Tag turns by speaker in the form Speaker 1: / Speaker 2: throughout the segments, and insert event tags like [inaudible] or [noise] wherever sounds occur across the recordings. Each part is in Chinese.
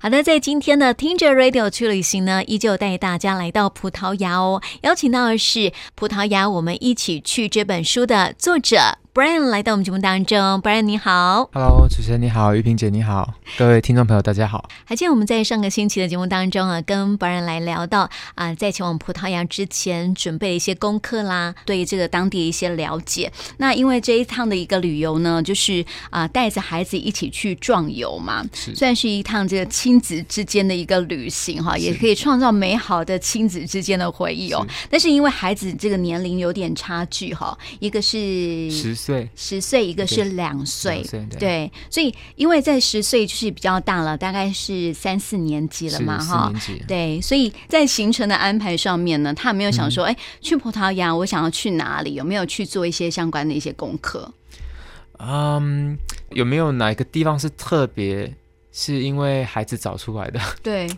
Speaker 1: 好的，在今天的听着 Radio 去旅行呢，依旧带大家来到葡萄牙哦。邀请到的是葡萄牙，我们一起去这本书的作者 Brian 来到我们节目当中。Brian 你好，
Speaker 2: Hello，主持人你好，玉萍姐你好，各位听众朋友大家好。
Speaker 1: 还记得我们在上个星期的节目当中啊，跟 Brian 来聊到啊、在前往葡萄牙之前准备了一些功课啦，对这个当地的一些了解。那因为这一趟的一个旅游呢，就是啊、带着孩子一起去壮游嘛，
Speaker 2: 是
Speaker 1: 算是一趟这个亲子之间的一个旅行哈，也
Speaker 2: 是
Speaker 1: 可以创造美好的亲子之间的回忆哦。但是因为孩子这个年龄有点差距哈，一个是
Speaker 2: 十岁，
Speaker 1: 十岁，一个是两岁
Speaker 2: 两，岁对
Speaker 1: 对，所以因为在十岁就是比较大了，大概是三四年级了
Speaker 2: 是
Speaker 1: 嘛，
Speaker 2: 四
Speaker 1: 哈
Speaker 2: 年。级，
Speaker 1: 对，所以在行程的安排上面呢，他有没有想
Speaker 2: 嗯
Speaker 1: 说，哎、去葡萄牙我想要去哪里？有没有去做一些相关的一些功课？
Speaker 2: 嗯，有没有哪一个地方是特别是因为孩子找出来的？ [laughs]
Speaker 1: 对，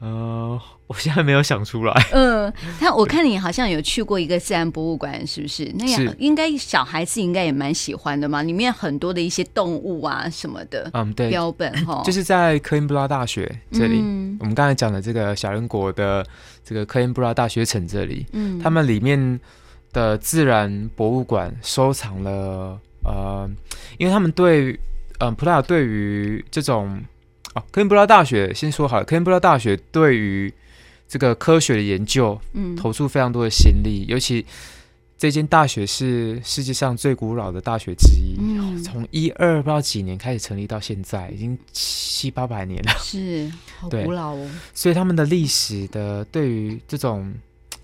Speaker 2: 呃，我现在没有想出来。
Speaker 1: [laughs] 嗯，但我看你好像有去过一个自然博物馆，是不是？那样
Speaker 2: 是
Speaker 1: 应该小孩子应该也蛮喜欢的嘛，里面很多的一些动物啊什么的
Speaker 2: 嗯，对，
Speaker 1: 标
Speaker 2: [laughs]
Speaker 1: 本哈，
Speaker 2: 就是在科林布拉大学这里，
Speaker 1: 嗯
Speaker 2: 我们刚才讲的这个小人国的这个科林布拉大学城这里，
Speaker 1: 嗯，
Speaker 2: 他们里面的自然博物馆收藏了呃，因为他们对嗯、呃葡萄牙对于这种哦，科林布拉大学先说好了，科林布拉大学对于这个科学的研究
Speaker 1: 嗯
Speaker 2: 投注非常多的心力，尤其这间大学是世界上最古老的大学之一。
Speaker 1: 嗯
Speaker 2: [laughs] 从一二不知道几年开始成立到现在，已经七八百年了。 [laughs]
Speaker 1: 是好
Speaker 2: 对
Speaker 1: 古老哦，
Speaker 2: 所以他们的历史的对于这种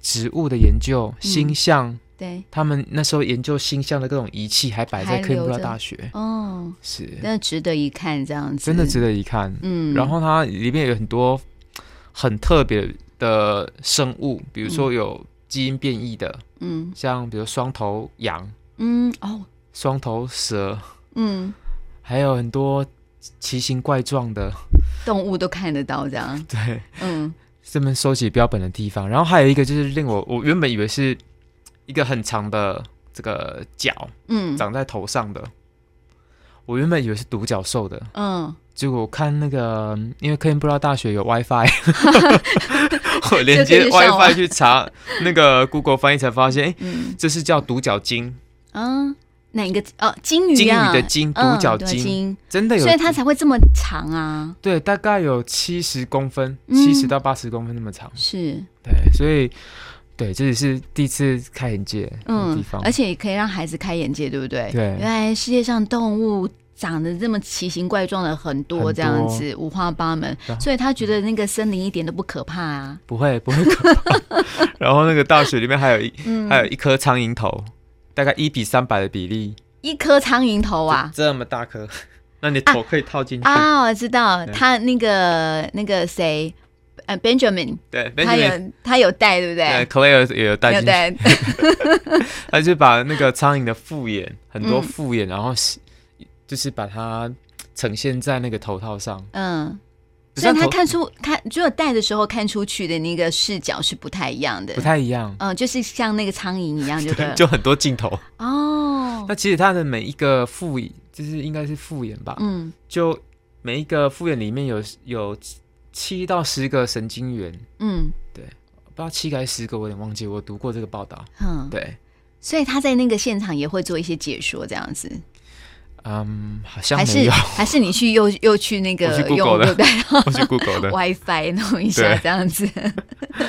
Speaker 2: 植物的研究、
Speaker 1: 嗯
Speaker 2: 星象，
Speaker 1: 对，
Speaker 2: 他们那时候研究星象的各种仪器还摆在
Speaker 1: 还
Speaker 2: 科林布
Speaker 1: 留
Speaker 2: 拉
Speaker 1: 着
Speaker 2: 大学，
Speaker 1: 哦，
Speaker 2: 是
Speaker 1: 那值得一看，这样子，
Speaker 2: 真的值得一看。
Speaker 1: 嗯，
Speaker 2: 然后它里面有很多很特别的生物，比如说有基因变异的，
Speaker 1: 嗯
Speaker 2: 像比如双头羊、
Speaker 1: 嗯哦
Speaker 2: 双头蛇，
Speaker 1: 嗯，
Speaker 2: 还有很多奇形怪状的， [laughs]
Speaker 1: 动物都看得到这样，
Speaker 2: 对。
Speaker 1: 嗯
Speaker 2: 这么收集标本的地方。然后还有一个就是令我我原本以为是一个很长的这个角
Speaker 1: 嗯
Speaker 2: 长在头上的，我原本以为是独角兽的，
Speaker 1: 嗯，
Speaker 2: 结果我看那个嗯因为科林布拉大学
Speaker 1: [laughs]
Speaker 2: 有 WiFi，我连接
Speaker 1: 就可以上网
Speaker 2: WiFi 去查那个 Google 翻译才发现，哎、
Speaker 1: 嗯
Speaker 2: 这是叫独角鲸，
Speaker 1: 啊，哪一个哦，金鱼
Speaker 2: 鲸
Speaker 1: 啊，
Speaker 2: 鱼的鲸，独
Speaker 1: 嗯
Speaker 2: 角
Speaker 1: 对
Speaker 2: 鲸，真的有
Speaker 1: 所以它才会这么长啊，
Speaker 2: 对，大概有七十公分，
Speaker 1: 嗯
Speaker 2: 七十到八十公分那么长。
Speaker 1: 是，
Speaker 2: 对，所以对，这也是第一次开眼界的地
Speaker 1: 嗯
Speaker 2: 方，，
Speaker 1: 而且也可以让孩子开眼界，对不对？
Speaker 2: 对
Speaker 1: 原来世界上动物。长得这么奇形怪状的很多，
Speaker 2: 很多
Speaker 1: 这样子五花八门，
Speaker 2: 然后
Speaker 1: 所以他觉得那个森林一点都不可怕啊。
Speaker 2: 不会不会可
Speaker 1: [laughs]
Speaker 2: 怕。然后那个大学里面还有一、
Speaker 1: 嗯，
Speaker 2: 还有一颗苍蝇头，大概一比三百的比例，
Speaker 1: 一颗苍蝇头啊，
Speaker 2: 这这么大颗，那你头可以套进去。
Speaker 1: 啊，我知道
Speaker 2: 对
Speaker 1: 他那个那个谁，呃，Benjamin，
Speaker 2: 对，
Speaker 1: 他
Speaker 2: Benjamin-
Speaker 1: 有他有带，对不
Speaker 2: 对
Speaker 1: 对？
Speaker 2: ，Claire 也有带
Speaker 1: 有
Speaker 2: 进去，
Speaker 1: 带，
Speaker 2: [laughs] 他就把那个苍蝇的复眼，很多
Speaker 1: 嗯
Speaker 2: 复眼，然后是就是把它呈现在那个头套上，
Speaker 1: 嗯，
Speaker 2: 不
Speaker 1: 所以
Speaker 2: 算
Speaker 1: 他
Speaker 2: 头
Speaker 1: 看出看，只有带的时候看出去的那个视角是不太一样的
Speaker 2: 不，太一样，
Speaker 1: 嗯，就是像那个苍蝇一
Speaker 2: [laughs]
Speaker 1: 样，就对了。
Speaker 2: 就很多镜头。
Speaker 1: 哦
Speaker 2: 那，其实它的每一个复眼，就是应该是复眼吧，
Speaker 1: 嗯，
Speaker 2: 就每一个复眼里面有有七到十个神经元，
Speaker 1: 嗯
Speaker 2: 不知道七个还是十个，我有点忘记，我读过这个报道。
Speaker 1: 嗯，
Speaker 2: 对，
Speaker 1: 所以他在那个现场也会做一些解说，这样子，
Speaker 2: 嗯，好像
Speaker 1: 还
Speaker 2: 没
Speaker 1: 是
Speaker 2: 有， [laughs]
Speaker 1: 还是你去又又去那
Speaker 2: 我
Speaker 1: 个
Speaker 2: 去 Google
Speaker 1: 用对
Speaker 2: 的
Speaker 1: 不对？
Speaker 2: 我去
Speaker 1: [laughs]
Speaker 2: Google 的。
Speaker 1: WiFi 弄一下
Speaker 2: 对
Speaker 1: 这样子。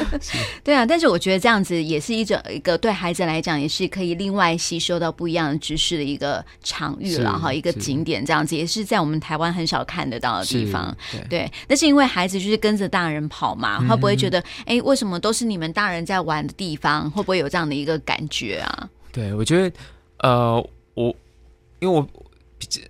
Speaker 1: [laughs] 对啊，但是我觉得这样子也是一种一个对孩子来讲也是可以另外吸收到不一样的知识的一个场域了
Speaker 2: 是
Speaker 1: 哈，一个
Speaker 2: 是
Speaker 1: 景点这样子也是在我们台湾很少看得到的地
Speaker 2: 是嗯
Speaker 1: 方。，
Speaker 2: 对，
Speaker 1: 对，但是因为孩子就是跟着大人跑嘛，会不会觉得哎、诶为什么都是你们大人在玩的地方？会不会有这样的一个感觉啊？
Speaker 2: 对，我觉得，呃，我因为我，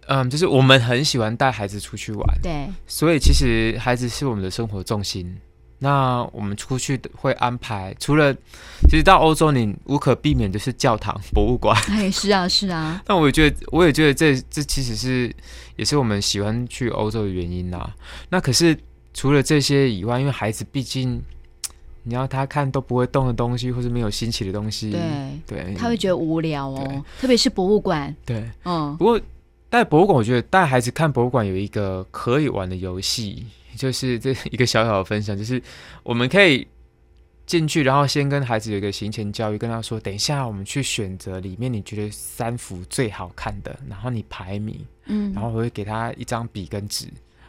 Speaker 2: 嗯，就是我们很喜欢带孩子出去玩，
Speaker 1: 对，
Speaker 2: 所以其实孩子是我们的生活重心。那我们出去会安排，除了其实到欧洲，你无可避免就是教堂、博物馆。 [laughs]
Speaker 1: 哎，是啊，是啊，
Speaker 2: 但我也觉得，我也觉得这这其实是也是我们喜欢去欧洲的原因啦、那可是除了这些以外，因为孩子毕竟你要他看都不会动的东西，或是没有新奇的东西，
Speaker 1: 对，
Speaker 2: 对，
Speaker 1: 他会觉
Speaker 2: 得
Speaker 1: 得无聊哦
Speaker 2: 嗯对，
Speaker 1: 特别是博物馆，
Speaker 2: 对。
Speaker 1: 嗯
Speaker 2: 不过带博物馆，我觉得带孩子看博物馆有一个可以玩的游戏， [laughs] 就是这一个小小的分享，就是我们可以进去，然后先跟孩子有一个行前教育，跟他说，等一下我们去选择里面你觉得三幅最好看的，然后你排名，
Speaker 1: 嗯，
Speaker 2: 然后我会给他一张笔跟纸，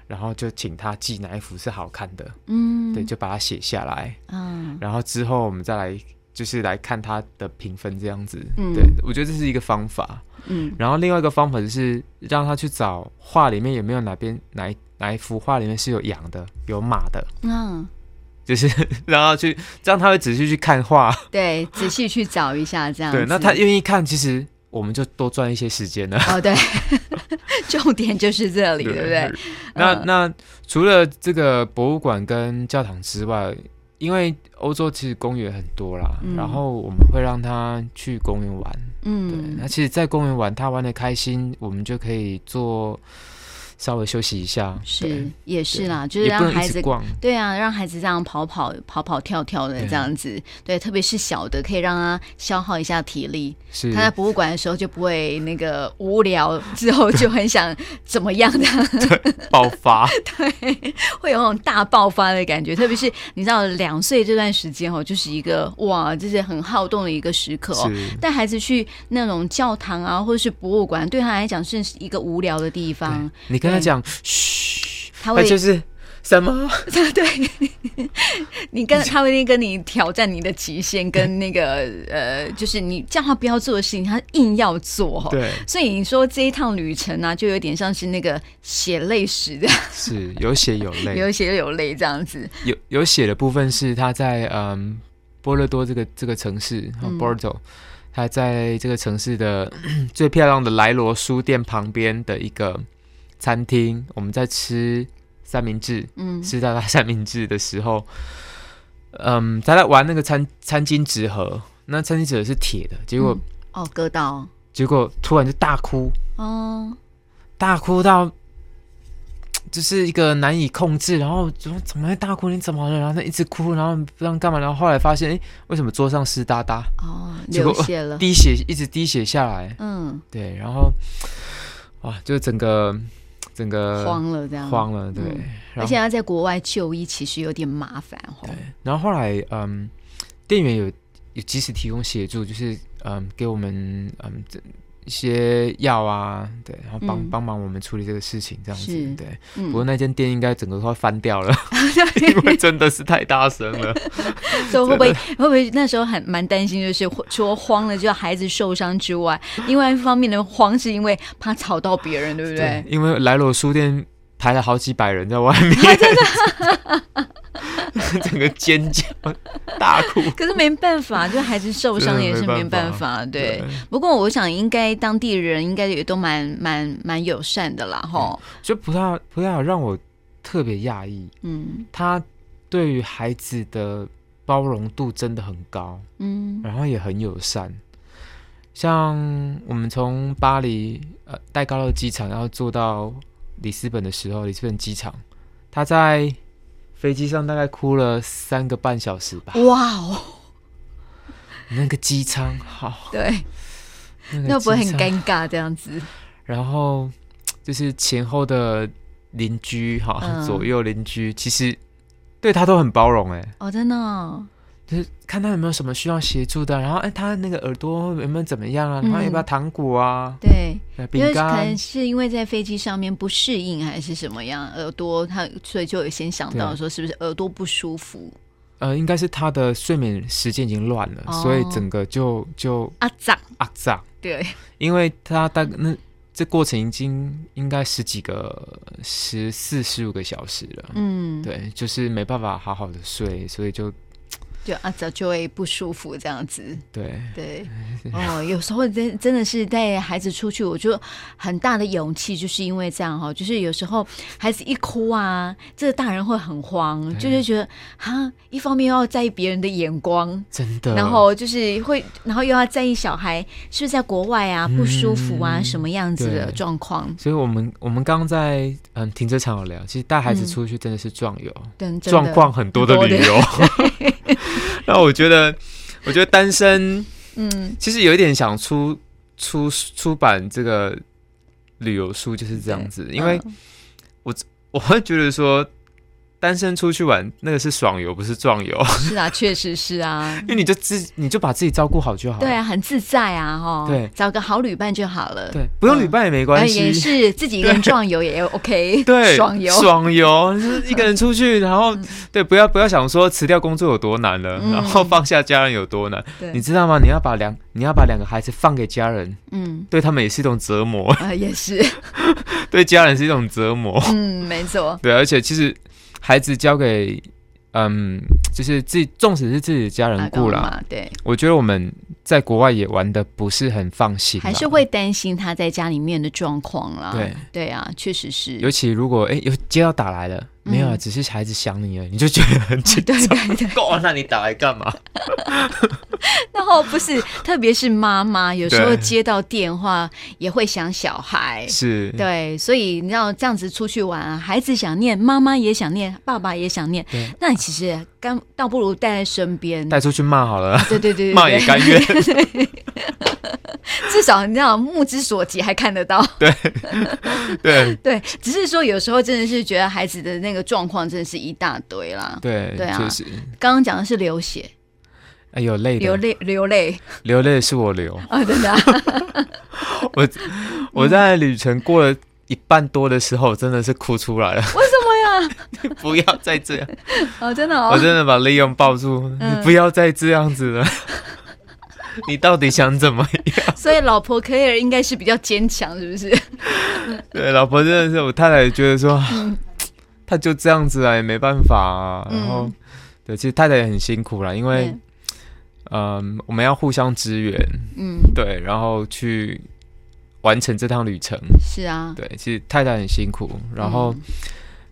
Speaker 2: 然后就请他记哪一幅是好看的，
Speaker 1: 嗯，
Speaker 2: 对，就把它写下来，
Speaker 1: 嗯
Speaker 2: 然后之后我们再来就是来看他的评分这样子，
Speaker 1: 嗯
Speaker 2: 对我觉得这是一个方法。
Speaker 1: 嗯
Speaker 2: 然后另外一个方法就是让他去找画里面有没有哪边哪一哪一幅画里面是有羊的、有马
Speaker 1: [laughs]
Speaker 2: 的，
Speaker 1: 嗯，
Speaker 2: 就是让他去，这样他会仔细去看画。
Speaker 1: 对，仔细去找一下这样子。
Speaker 2: 对，那他愿意看，其实我们就多赚一些时间了。
Speaker 1: 哦对， [laughs] 重点就是这里，对不对？？
Speaker 2: 那
Speaker 1: 嗯
Speaker 2: 那除了这个博物馆跟教堂之外，因为欧洲其实公园很多啦，
Speaker 1: 嗯
Speaker 2: 然后我们会让他去公园玩。对，那
Speaker 1: 嗯，
Speaker 2: 其实，在公园玩，他玩的开心，我们就可以做稍微休息一下。对
Speaker 1: 是也是
Speaker 2: 对
Speaker 1: 啦，就是
Speaker 2: 也
Speaker 1: 让
Speaker 2: 不能
Speaker 1: 孩
Speaker 2: 一
Speaker 1: 子
Speaker 2: 直逛，
Speaker 1: 对啊，让孩子这样跑跑跑跑跳跳的
Speaker 2: 对
Speaker 1: 这样子，对，特别是小的，可以让他消耗一下体力。
Speaker 2: 是
Speaker 1: 他在博物馆的时候就不会那个无聊，之后就很想怎么样的，
Speaker 2: 爆发，
Speaker 1: 会有那种大爆发的感觉。特别是你知道，两岁这段时间哦，就是一个哇，就是很好动的一个时刻哦。
Speaker 2: [laughs] 是
Speaker 1: 带孩子去那种教堂啊，或者是博物馆，对他来讲是一个无聊的地
Speaker 2: 对
Speaker 1: 方。
Speaker 2: 你跟他
Speaker 1: 对
Speaker 2: 讲，嘘，哎
Speaker 1: 他会
Speaker 2: 就是什么？
Speaker 1: [laughs] 对，你跟他会跟你挑战你的极限，跟那
Speaker 2: [laughs]
Speaker 1: 个呃，就是你叫他不要做的事情，他硬要做哦。
Speaker 2: 对，
Speaker 1: 所以你说这一趟旅程呢、就有点像是那个血泪史的，
Speaker 2: 是有血有泪，
Speaker 1: [laughs] 有血有泪这样子。
Speaker 2: 有有血的部分是他在嗯波勒多这个这个城市
Speaker 1: 嗯
Speaker 2: b o r d o 他在这个城市的 [clears throat] 最漂亮的莱罗书店旁边的一个餐厅，我们在吃三明治，
Speaker 1: 嗯
Speaker 2: 吃到他三明治的时候，嗯，他在玩那个餐餐巾纸盒，那餐巾纸盒是铁的，结果、
Speaker 1: 嗯哦，割到
Speaker 2: 结果突然就大哭，
Speaker 1: 哦，
Speaker 2: 大哭到就是一个难以控制，然后怎么怎么会大哭？你怎么了？然后他一直哭，然后不知道干嘛，然后后来发现，哎，为什么桌上湿哒哒，
Speaker 1: 哦，
Speaker 2: 结
Speaker 1: 流
Speaker 2: 果
Speaker 1: 血了。
Speaker 2: 滴血一直滴血下来，
Speaker 1: 嗯，
Speaker 2: 对，然后哇，就整个整个
Speaker 1: 慌了这样。
Speaker 2: 呃慌了，对，
Speaker 1: 嗯而
Speaker 2: 然
Speaker 1: 且
Speaker 2: 后
Speaker 1: 他在国外就医其实有点麻烦哦。
Speaker 2: 然后后来嗯，店员有有及时提供协助，就是嗯给我们嗯这一些药啊，对，然后帮、
Speaker 1: 嗯
Speaker 2: 帮忙我们处理这个事情，这样
Speaker 1: 是
Speaker 2: 子，对。不过
Speaker 1: 嗯，
Speaker 2: 那间店应该整个快翻掉了，
Speaker 1: [laughs]
Speaker 2: [laughs] 因为真的是太大声了。
Speaker 1: 所以会不会会不会那时候很蛮担心，就是除了慌了，就孩子受伤之外， [laughs] 另外一方面的慌是因为怕吵到别人， [laughs] 对不对？
Speaker 2: 因为莱罗书店排了好几百人在外
Speaker 1: [laughs]
Speaker 2: 面， [laughs] 整个尖叫大哭。
Speaker 1: 可是没办法，就孩子受伤也是
Speaker 2: 真的
Speaker 1: 没
Speaker 2: 没
Speaker 1: 办
Speaker 2: 办法
Speaker 1: 法，对。不过我想，应该当地人应该也都蛮蛮蛮友善的啦，吼，
Speaker 2: 就葡萄葡萄让我特别讶异，
Speaker 1: 嗯
Speaker 2: 他对于孩子的包容度真的很高，
Speaker 1: 嗯
Speaker 2: 然后也很友善。像我们从巴黎呃戴高乐机场要坐到里斯本的时候，里斯本机场，他在飞机上大概哭了三个半小时吧。
Speaker 1: 哇哦，
Speaker 2: 那个机舱好，
Speaker 1: 对，
Speaker 2: 那个
Speaker 1: 那不会很
Speaker 2: 机舱
Speaker 1: 尴尬这样子？
Speaker 2: 然后就是前后的邻居哈，
Speaker 1: 嗯
Speaker 2: 左右邻居其实对他都很包容哎、
Speaker 1: 哦，真的哦、
Speaker 2: 就是看他有没有什么需要协助的，然后哎他那个耳朵有没有怎么样啊，然后
Speaker 1: 嗯
Speaker 2: 要不要糖果啊、
Speaker 1: 对，
Speaker 2: 呃
Speaker 1: 因为
Speaker 2: 饼
Speaker 1: 可
Speaker 2: 干
Speaker 1: 能，是因为在飞机上面不适应还是什么样，耳朵他所以就有先想到
Speaker 2: 对
Speaker 1: 说是不是耳朵不舒服
Speaker 2: 呃，应该是他的睡眠时间已经乱了，
Speaker 1: 哦
Speaker 2: 所以整个就就
Speaker 1: 啊？长
Speaker 2: 啊胀，
Speaker 1: 对，
Speaker 2: 因为他大概那这过程已经应该十几个十四十五个小时了，
Speaker 1: 嗯，
Speaker 2: 对，就是没办法好好的睡，所以就
Speaker 1: 就啊早就会不舒服这样子，
Speaker 2: 对
Speaker 1: 对，哦，有时候真真的是带孩子出去，我就很大的勇气，就是因为这样哈，就是有时候孩子一哭啊，这个大人会很慌，就是觉得哈，一方面又要在意别人的眼光。
Speaker 2: 真的，
Speaker 1: 然后就是会，然后又要在意小孩是不是在国外啊、不舒服啊、
Speaker 2: 嗯
Speaker 1: 什么样子的
Speaker 2: 对
Speaker 1: 状况，
Speaker 2: 所以我们我们刚刚在嗯停车场有聊，其实带孩
Speaker 1: 嗯
Speaker 2: 子出去真的是壮游，
Speaker 1: 真真的
Speaker 2: 状况很多的旅游。 [laughs] 那我觉得，我觉得单身
Speaker 1: 嗯
Speaker 2: 其实有一点想出出出版这个旅游书就是这样子，
Speaker 1: 对
Speaker 2: 因为
Speaker 1: 嗯
Speaker 2: 我会觉得说，单身出去玩那个是爽游，不是壮游， [laughs]
Speaker 1: 是啊，确实是啊
Speaker 2: 因，为你就自你就把自己照顾好就好了。
Speaker 1: 对啊，很自在啊，哈，
Speaker 2: 对
Speaker 1: 找个好旅伴就好了，
Speaker 2: 对，不用
Speaker 1: 嗯
Speaker 2: 旅伴也没
Speaker 1: 呃，
Speaker 2: 关系。
Speaker 1: 也是自己一个人壮游也 OK， [laughs]
Speaker 2: 对，啊
Speaker 1: 爽游，嗯
Speaker 2: 爽游就是一个人
Speaker 1: [laughs]
Speaker 2: 出去，然后对，不要不要想说辞掉工作有多难了，
Speaker 1: 嗯
Speaker 2: 然后放下家人有多难，
Speaker 1: 对
Speaker 2: 你知道吗？你要把两你要把两个孩子放给家人，
Speaker 1: 嗯。
Speaker 2: 对他们也是一种折磨， [laughs]
Speaker 1: 啊、也是，
Speaker 2: 对家人是一种折磨，
Speaker 1: 嗯，没错，
Speaker 2: 对，而且其实孩子交给嗯，就是自己，纵使是自己的家人
Speaker 1: 啊
Speaker 2: 顾啦，
Speaker 1: 嘛，对，
Speaker 2: 我觉得我们在国外也玩的不是很放心啦，
Speaker 1: 还是会担心他在家里面的状况啦。
Speaker 2: 对，
Speaker 1: 对啊，确实是，
Speaker 2: 尤其如果哎、有接到打来了，没有啊，
Speaker 1: 嗯
Speaker 2: 只是孩子想你而已，你就觉得很紧张。
Speaker 1: [laughs] 对对对，
Speaker 2: 够， [laughs] 那你打来干嘛？
Speaker 1: [laughs] 然后不
Speaker 2: [laughs]
Speaker 1: 是，特别是妈妈，有时候
Speaker 2: 对
Speaker 1: 接到电话也会想小孩。
Speaker 2: 是，
Speaker 1: 对，啊所以你知道这样子出去玩啊，孩子想念，妈妈也想念，爸爸也想念
Speaker 2: 对，
Speaker 1: 那你其实干倒不如带在身边。
Speaker 2: 带出去骂好了，
Speaker 1: 对对对对
Speaker 2: 骂也
Speaker 1: 对，
Speaker 2: 甘愿。
Speaker 1: [laughs] 至少你知道目之所及还看得到。
Speaker 2: [laughs] 对
Speaker 1: 对，只是说有时候真的是觉得孩子的那个状况真的是一大堆啦。
Speaker 2: 对
Speaker 1: 对啊
Speaker 2: 确实，
Speaker 1: 刚刚讲的是流血、
Speaker 2: 哎，有泪
Speaker 1: 流
Speaker 2: 的，
Speaker 1: 泪、流
Speaker 2: [laughs]
Speaker 1: 泪
Speaker 2: 流泪是我流。
Speaker 1: 啊，真的啊、 [laughs]
Speaker 2: 我在旅程过了一半多的时候，真的是哭出来了。
Speaker 1: 为什么
Speaker 2: [laughs]
Speaker 1: 呀？
Speaker 2: 不要再这样，
Speaker 1: 啊，真的哦嗯
Speaker 2: 我，真的把利用抱住，你不要再这样
Speaker 1: [laughs]
Speaker 2: 子了。你到底想怎么样？
Speaker 1: 所以老婆 Claire 应该是比较坚强，是不是？
Speaker 2: 对，老婆真的是，我太太也觉得说，
Speaker 1: 嗯
Speaker 2: 他就这样子啊，也没办法啊。然后
Speaker 1: 嗯，
Speaker 2: 对，其实太太也很辛苦啦，因为
Speaker 1: 对，
Speaker 2: 嗯，我们要互相支援，
Speaker 1: 嗯，
Speaker 2: 对，然后去完成这趟旅程。
Speaker 1: 是啊，
Speaker 2: 对，其实太太很辛苦，然后
Speaker 1: 嗯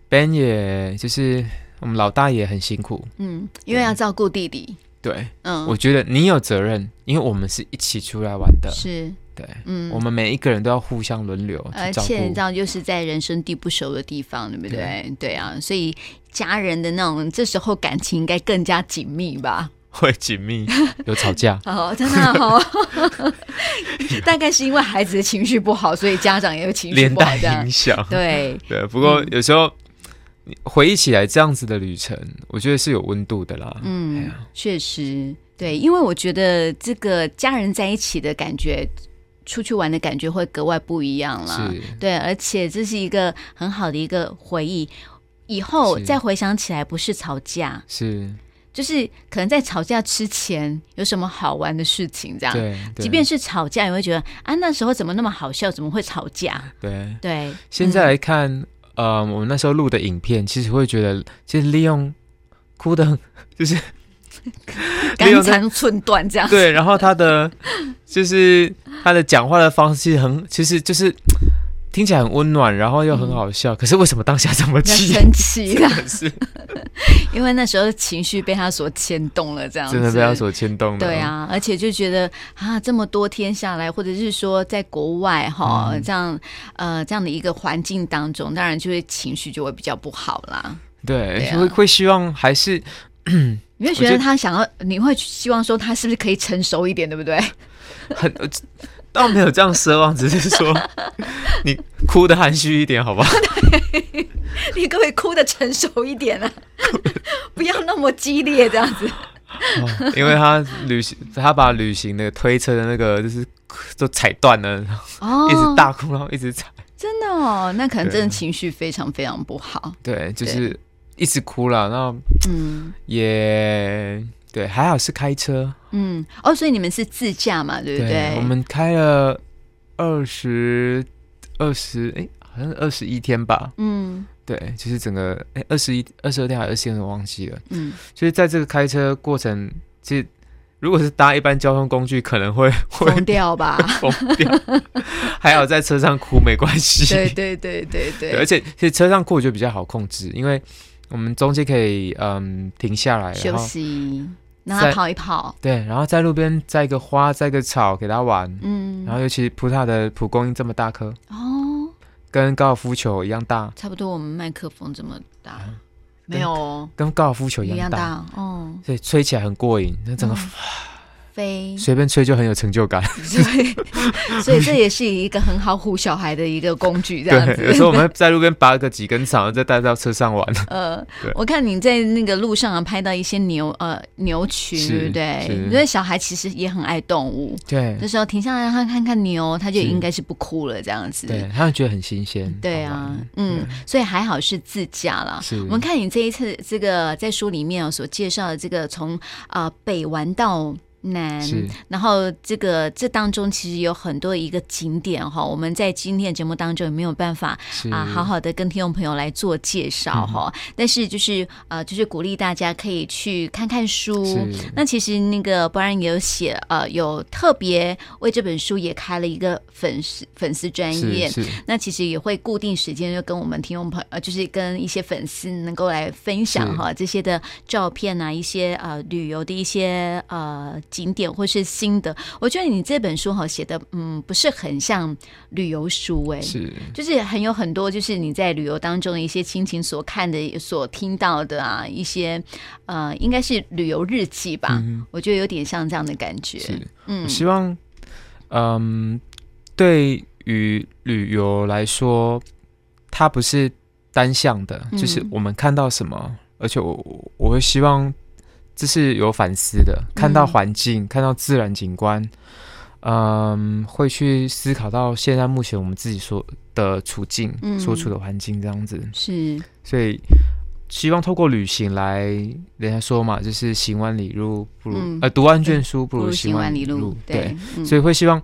Speaker 2: Ben 也就是我们老大也很辛苦。
Speaker 1: 嗯，因为要照顾弟弟，
Speaker 2: 对，
Speaker 1: 嗯，
Speaker 2: 我觉得你有责任，因为我们是一起出来玩的，
Speaker 1: 是，
Speaker 2: 对，
Speaker 1: 嗯呃
Speaker 2: 我，们每一个人都要互相轮流
Speaker 1: 而
Speaker 2: 去照
Speaker 1: 且你知
Speaker 2: 顾。
Speaker 1: 道，就是在人生地不熟的地方，对不对？对啊，所以家人的那种这时候感情应该更加紧密吧？，
Speaker 2: [laughs] 会紧密，有吵架
Speaker 1: [laughs] 哦，真的
Speaker 2: [laughs]
Speaker 1: 哦，大概是因为孩子的情绪不好，所以家长也有情绪
Speaker 2: 连
Speaker 1: 不好
Speaker 2: 带
Speaker 1: 这样
Speaker 2: 影。响。
Speaker 1: 对，
Speaker 2: 对，不过
Speaker 1: 嗯
Speaker 2: 有时候你回忆起来这样子的旅程，我觉得是有温度的啦。哎
Speaker 1: 嗯
Speaker 2: 呀，
Speaker 1: 确实，对，因为我觉得这个家人在一起的感觉，出去玩的感觉会格外不一样啦。
Speaker 2: 是，
Speaker 1: 对，而且这是一个很好的一个回忆，以后
Speaker 2: 是
Speaker 1: 再回想起来，不是吵架，
Speaker 2: 是，
Speaker 1: 就是可能在吵架之前有什么好玩的事情这样。
Speaker 2: 对，对
Speaker 1: 即便是吵架，也会觉得啊，那时候怎么那么好笑，怎么会吵
Speaker 2: [laughs]
Speaker 1: 架？
Speaker 2: 对，
Speaker 1: 对，
Speaker 2: 现在来看，
Speaker 1: 嗯
Speaker 2: 呃，我们那时候录的影片，其实会觉得，其实利用
Speaker 1: [laughs]
Speaker 2: 哭的，就是利
Speaker 1: 肝
Speaker 2: 用他
Speaker 1: 肠寸断这样。
Speaker 2: 对，然后他的就是他的讲话的方式很，其实就是听起来很温暖，然后又
Speaker 1: 嗯
Speaker 2: 很好笑。可是为什么当下这么
Speaker 1: 要
Speaker 2: 气？
Speaker 1: 生气了，
Speaker 2: [laughs] 是
Speaker 1: 啊 [laughs] 因为那时候情绪被他所牵动了，这样子
Speaker 2: 真的被他所牵动了。
Speaker 1: 对，啊，而且就觉得啊，这么多天下来，或者是说在国外哈、
Speaker 2: 嗯
Speaker 1: 这样呃这样的一个环境当中，当然就会情绪就会比较不好啦。对
Speaker 2: 对，
Speaker 1: 啊
Speaker 2: 会会希望还是
Speaker 1: 你会
Speaker 2: 我觉
Speaker 1: 觉
Speaker 2: 得
Speaker 1: 得他想要，你会希望说他是不是可以成熟一点，对不
Speaker 2: [laughs]
Speaker 1: 对？
Speaker 2: 很。呃倒没有这样奢望，只是
Speaker 1: [laughs]
Speaker 2: 说你哭的含蓄一点，好吧？
Speaker 1: 你可不可以哭的成熟一点
Speaker 2: [laughs]
Speaker 1: 啊？不要那么激烈这样子。
Speaker 2: 哦因为他旅行，他把旅行的推车的那个就是都踩断了，然后
Speaker 1: 哦
Speaker 2: 一直大哭，然后一直踩，
Speaker 1: 真的哦，那可能
Speaker 2: 对
Speaker 1: 真的情绪非常非常不好。
Speaker 2: 对，就是一直哭了。那
Speaker 1: 嗯
Speaker 2: 也对，还好是开车，
Speaker 1: 嗯，哦，所以你们是自驾嘛，对不对？
Speaker 2: 我们开了二十二十，哎，好像二十一天吧。
Speaker 1: 嗯
Speaker 2: 对，就是整个哎二十一、二十二天还是二十天，我忘记了。 [laughs]
Speaker 1: 嗯，
Speaker 2: 就是在这个开车过程，其实如果是搭一般交通工具，可能会 [laughs] 会
Speaker 1: 疯掉吧？
Speaker 2: [laughs] 疯掉。还好在车上哭没关系。
Speaker 1: 对对对对对，
Speaker 2: 对而且其实车上哭我觉得比较好控制，因为我们中间可以嗯停下来，然
Speaker 1: 休
Speaker 2: 后
Speaker 1: 息，让他
Speaker 2: 在
Speaker 1: 跑一跑。
Speaker 2: 对，然后在路边摘个花，摘个草给它玩。
Speaker 1: 嗯，
Speaker 2: 然后尤其葡萄的蒲公英这么大颗，
Speaker 1: 哦，
Speaker 2: 跟高尔夫球一样大，
Speaker 1: 差不多我们麦克风这么大，没有哦，
Speaker 2: 啊跟高尔夫球一
Speaker 1: 一
Speaker 2: 样
Speaker 1: 样
Speaker 2: 大，
Speaker 1: 大哦。嗯
Speaker 2: 所以吹起来很过瘾。那整个、 [laughs]
Speaker 1: 飞，
Speaker 2: 随便吹就很有成就感。
Speaker 1: 所以所以这也是一个很好唬小孩的一个工具，这样
Speaker 2: 对，有
Speaker 1: 子。
Speaker 2: 时候我们在路边拔个几根草，然后再带到车上玩。
Speaker 1: 呃
Speaker 2: 对，
Speaker 1: 我看你在那个路上啊拍到一些牛呃牛群，
Speaker 2: 是
Speaker 1: 对不对
Speaker 2: 是？
Speaker 1: 因为小孩其实也很爱动物，
Speaker 2: 对
Speaker 1: 这时候停下来让他看看牛，他就是应该是不哭了这样子。
Speaker 2: 对，他们觉得很新鲜。
Speaker 1: 对
Speaker 2: 好
Speaker 1: 啊
Speaker 2: 玩，
Speaker 1: 嗯，所以还好是自驾啦。
Speaker 2: 是
Speaker 1: 我们看你这一次这个在书里面、哦、所介绍的这个从啊、呃北玩到。南
Speaker 2: 是，
Speaker 1: 然后这个这当中其实有很多一个景点哈、我们在今天的节目当中也没有办法
Speaker 2: 是嗯
Speaker 1: 啊，好好的跟听众朋友来做介绍哈、但是就是呃，就是鼓励大家可以去看看书。
Speaker 2: 是
Speaker 1: 那其实那个 Brian 也有写，呃，有特别为这本书也开了一个粉丝粉丝专业，
Speaker 2: 是是
Speaker 1: 那其实也会固定时间就跟我们听众朋呃，就是跟一些粉丝能够来分享
Speaker 2: 是
Speaker 1: 哈这些的照片啊，一些呃旅游的一些呃景点或是心得。我觉得你这本书哈写的嗯不是很像旅游书哎、
Speaker 2: 是
Speaker 1: 就是很有很多，就是你在旅游当中的一些亲情所看的、所听到的啊，一些呃，应该是旅游日记吧，
Speaker 2: 嗯
Speaker 1: 我觉得有点像这样的感觉。
Speaker 2: 是。
Speaker 1: 嗯
Speaker 2: 我，希望，嗯，对于旅游来说，它不是单向的，就是
Speaker 1: 嗯
Speaker 2: 我们看到什么，而且我我我会希望这是有反思的，看到
Speaker 1: 嗯
Speaker 2: 环境，看到自然景观，嗯，会去思考到现在目前我们自己所的处境，
Speaker 1: 嗯
Speaker 2: 所处的环境这样子，
Speaker 1: 是，
Speaker 2: 所以希望透过旅行来，人家说嘛，就是行万里路不如、
Speaker 1: 嗯
Speaker 2: 呃读万卷书不
Speaker 1: 不
Speaker 2: 如行
Speaker 1: 行万里
Speaker 2: 路
Speaker 1: 路，，对，嗯
Speaker 2: 所以会希望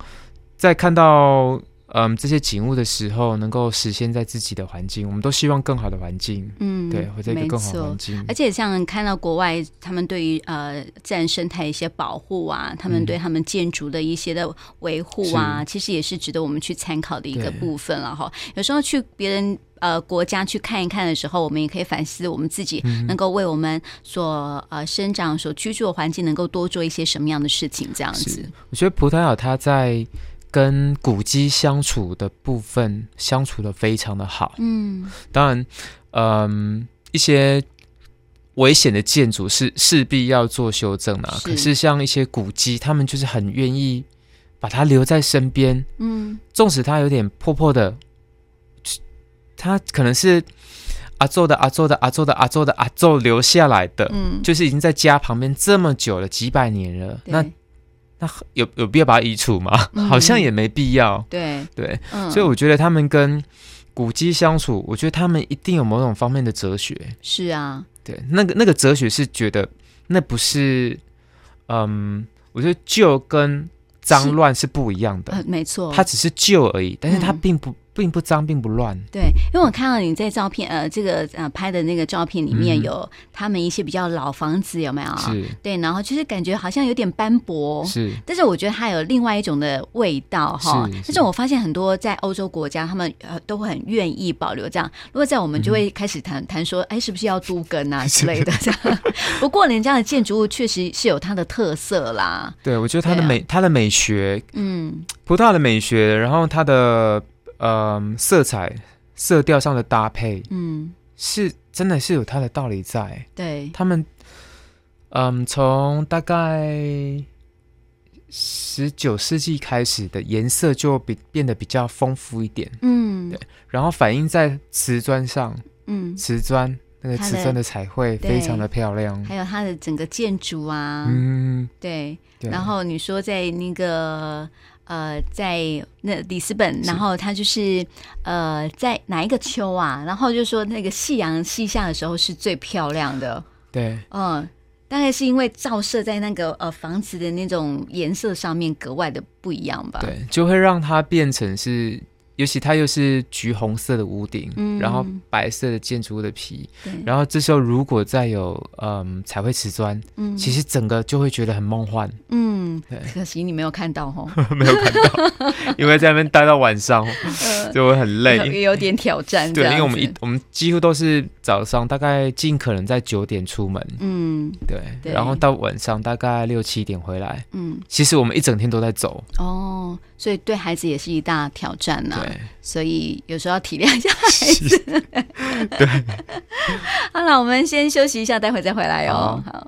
Speaker 2: 在看到嗯这些景物的时候，能够实现在自己的环境，我们都希望更好的环境，
Speaker 1: 嗯，
Speaker 2: 对，或者一个
Speaker 1: 没
Speaker 2: 更好的
Speaker 1: 错哎
Speaker 2: 环境
Speaker 1: 而，且像看到国外，他们对于呃自然生态一些保护啊，他们
Speaker 2: 嗯
Speaker 1: 对他们建筑的一些的维护啊，其实也是值得我们去参考的一个
Speaker 2: 对
Speaker 1: 部分了哈。有时候去别人呃国家去看一看的时候，我们也可以反思我们自己
Speaker 2: 嗯
Speaker 1: 能够为我们所呃生长、所居住的环境能够多做一些什么样的事情，这样
Speaker 2: 是
Speaker 1: 子。
Speaker 2: 我觉得葡萄牙它在跟古迹相处的部分相处的非常的好，
Speaker 1: 嗯，
Speaker 2: 当然，嗯，一些危险的建筑是势必要做修正啊。
Speaker 1: 是
Speaker 2: 可是像一些古迹，他们就是很愿意把它留在身边，
Speaker 1: 嗯，
Speaker 2: 纵使它有点破破的，它可能是阿宙的阿宙的阿宙的阿宙的阿宙留下来的。
Speaker 1: 嗯，
Speaker 2: 呃就是已经在家旁边这么久了，几百年了，那
Speaker 1: 对
Speaker 2: 那有有必要把它移除吗？
Speaker 1: 嗯
Speaker 2: 好像也没必要。
Speaker 1: 对，
Speaker 2: 对，
Speaker 1: 嗯，
Speaker 2: 所以我觉得他们跟古迹相处，我觉得他们一定有某种方面的哲学。
Speaker 1: 是啊，
Speaker 2: 对，那个那个哲学是觉得那不是，嗯，我觉得旧跟脏
Speaker 1: 是
Speaker 2: 乱是不一样的
Speaker 1: 呃，，没错，
Speaker 2: 它只是旧而已，但是它
Speaker 1: 嗯
Speaker 2: 并不、并不脏，并不乱。
Speaker 1: 对，因为我看到你在照片，呃，这个呃拍的那个照片里面
Speaker 2: 嗯
Speaker 1: 有他们一些比较老房子，有没有？
Speaker 2: 是
Speaker 1: 对，然后就是感觉好像有点斑驳。
Speaker 2: 是
Speaker 1: 但是我觉得它有另外一种的味道哈
Speaker 2: 是，
Speaker 1: 但是
Speaker 2: 是
Speaker 1: 我发现很多在欧洲国家，他们呃都会很愿意保留这样。如果在我们就
Speaker 2: 嗯
Speaker 1: 会开始谈、谈说，哎，是不是要都跟
Speaker 2: [laughs]
Speaker 1: 啊之类的这样。 [laughs] 不过人家的建筑物确实是有它的特色啦，
Speaker 2: 对，我觉得它的
Speaker 1: 对啊
Speaker 2: 美，它的美学，
Speaker 1: 嗯，
Speaker 2: 葡萄牙的美学，然后它的嗯、色彩色调上的搭配，
Speaker 1: 嗯，
Speaker 2: 是真的是有它的道理在。
Speaker 1: 对，
Speaker 2: 他们，嗯，从大概十九世纪开始的颜色就比变得比较丰富一点，
Speaker 1: 嗯
Speaker 2: 对然后反映在瓷砖上，
Speaker 1: 嗯，
Speaker 2: 瓷砖那个
Speaker 1: 它
Speaker 2: 瓷
Speaker 1: 的
Speaker 2: 砖的彩绘
Speaker 1: 对
Speaker 2: 非常的漂亮
Speaker 1: 还，有它的整个建筑啊，
Speaker 2: 嗯，
Speaker 1: 对，
Speaker 2: 对，
Speaker 1: 然后你说在那个呃，在那里斯本，
Speaker 2: 是
Speaker 1: 然后它就是呃，在哪一个秋啊？然后就说那个夕阳西下的时候是最漂亮的，
Speaker 2: 对
Speaker 1: 嗯。大概是因为照射在那个呃房子的那种颜色上面格外的不一样吧？，
Speaker 2: 对，就会让它变成是。尤其它又是橘红色的屋顶，
Speaker 1: 嗯
Speaker 2: 然后白色的建筑物的皮，
Speaker 1: 对
Speaker 2: 然后这时候如果再有嗯彩绘瓷砖，
Speaker 1: 嗯
Speaker 2: 其实整个就会觉得很梦幻。
Speaker 1: 嗯
Speaker 2: 对，
Speaker 1: 可惜你没有看到
Speaker 2: [laughs]
Speaker 1: 哦，
Speaker 2: 没有看到，
Speaker 1: [laughs]
Speaker 2: 因为在那边待到晚上，
Speaker 1: 呃，
Speaker 2: 就会很累。
Speaker 1: 有 [laughs] 有点挑战这
Speaker 2: 对，
Speaker 1: 样
Speaker 2: 因
Speaker 1: 子。
Speaker 2: 为我们一我们几乎都是早上大概尽可能在九点出门，
Speaker 1: 嗯
Speaker 2: 对，
Speaker 1: 对
Speaker 2: 然后到晚上大概六七点回来。
Speaker 1: 嗯
Speaker 2: 其实我们一整天都在走，
Speaker 1: 哦，所以对孩子也是一大挑战啊呐、
Speaker 2: 对，
Speaker 1: 所以有时候要体谅一下孩 [laughs] 子。对，好了，我们先休息一下，待会再回来哦。好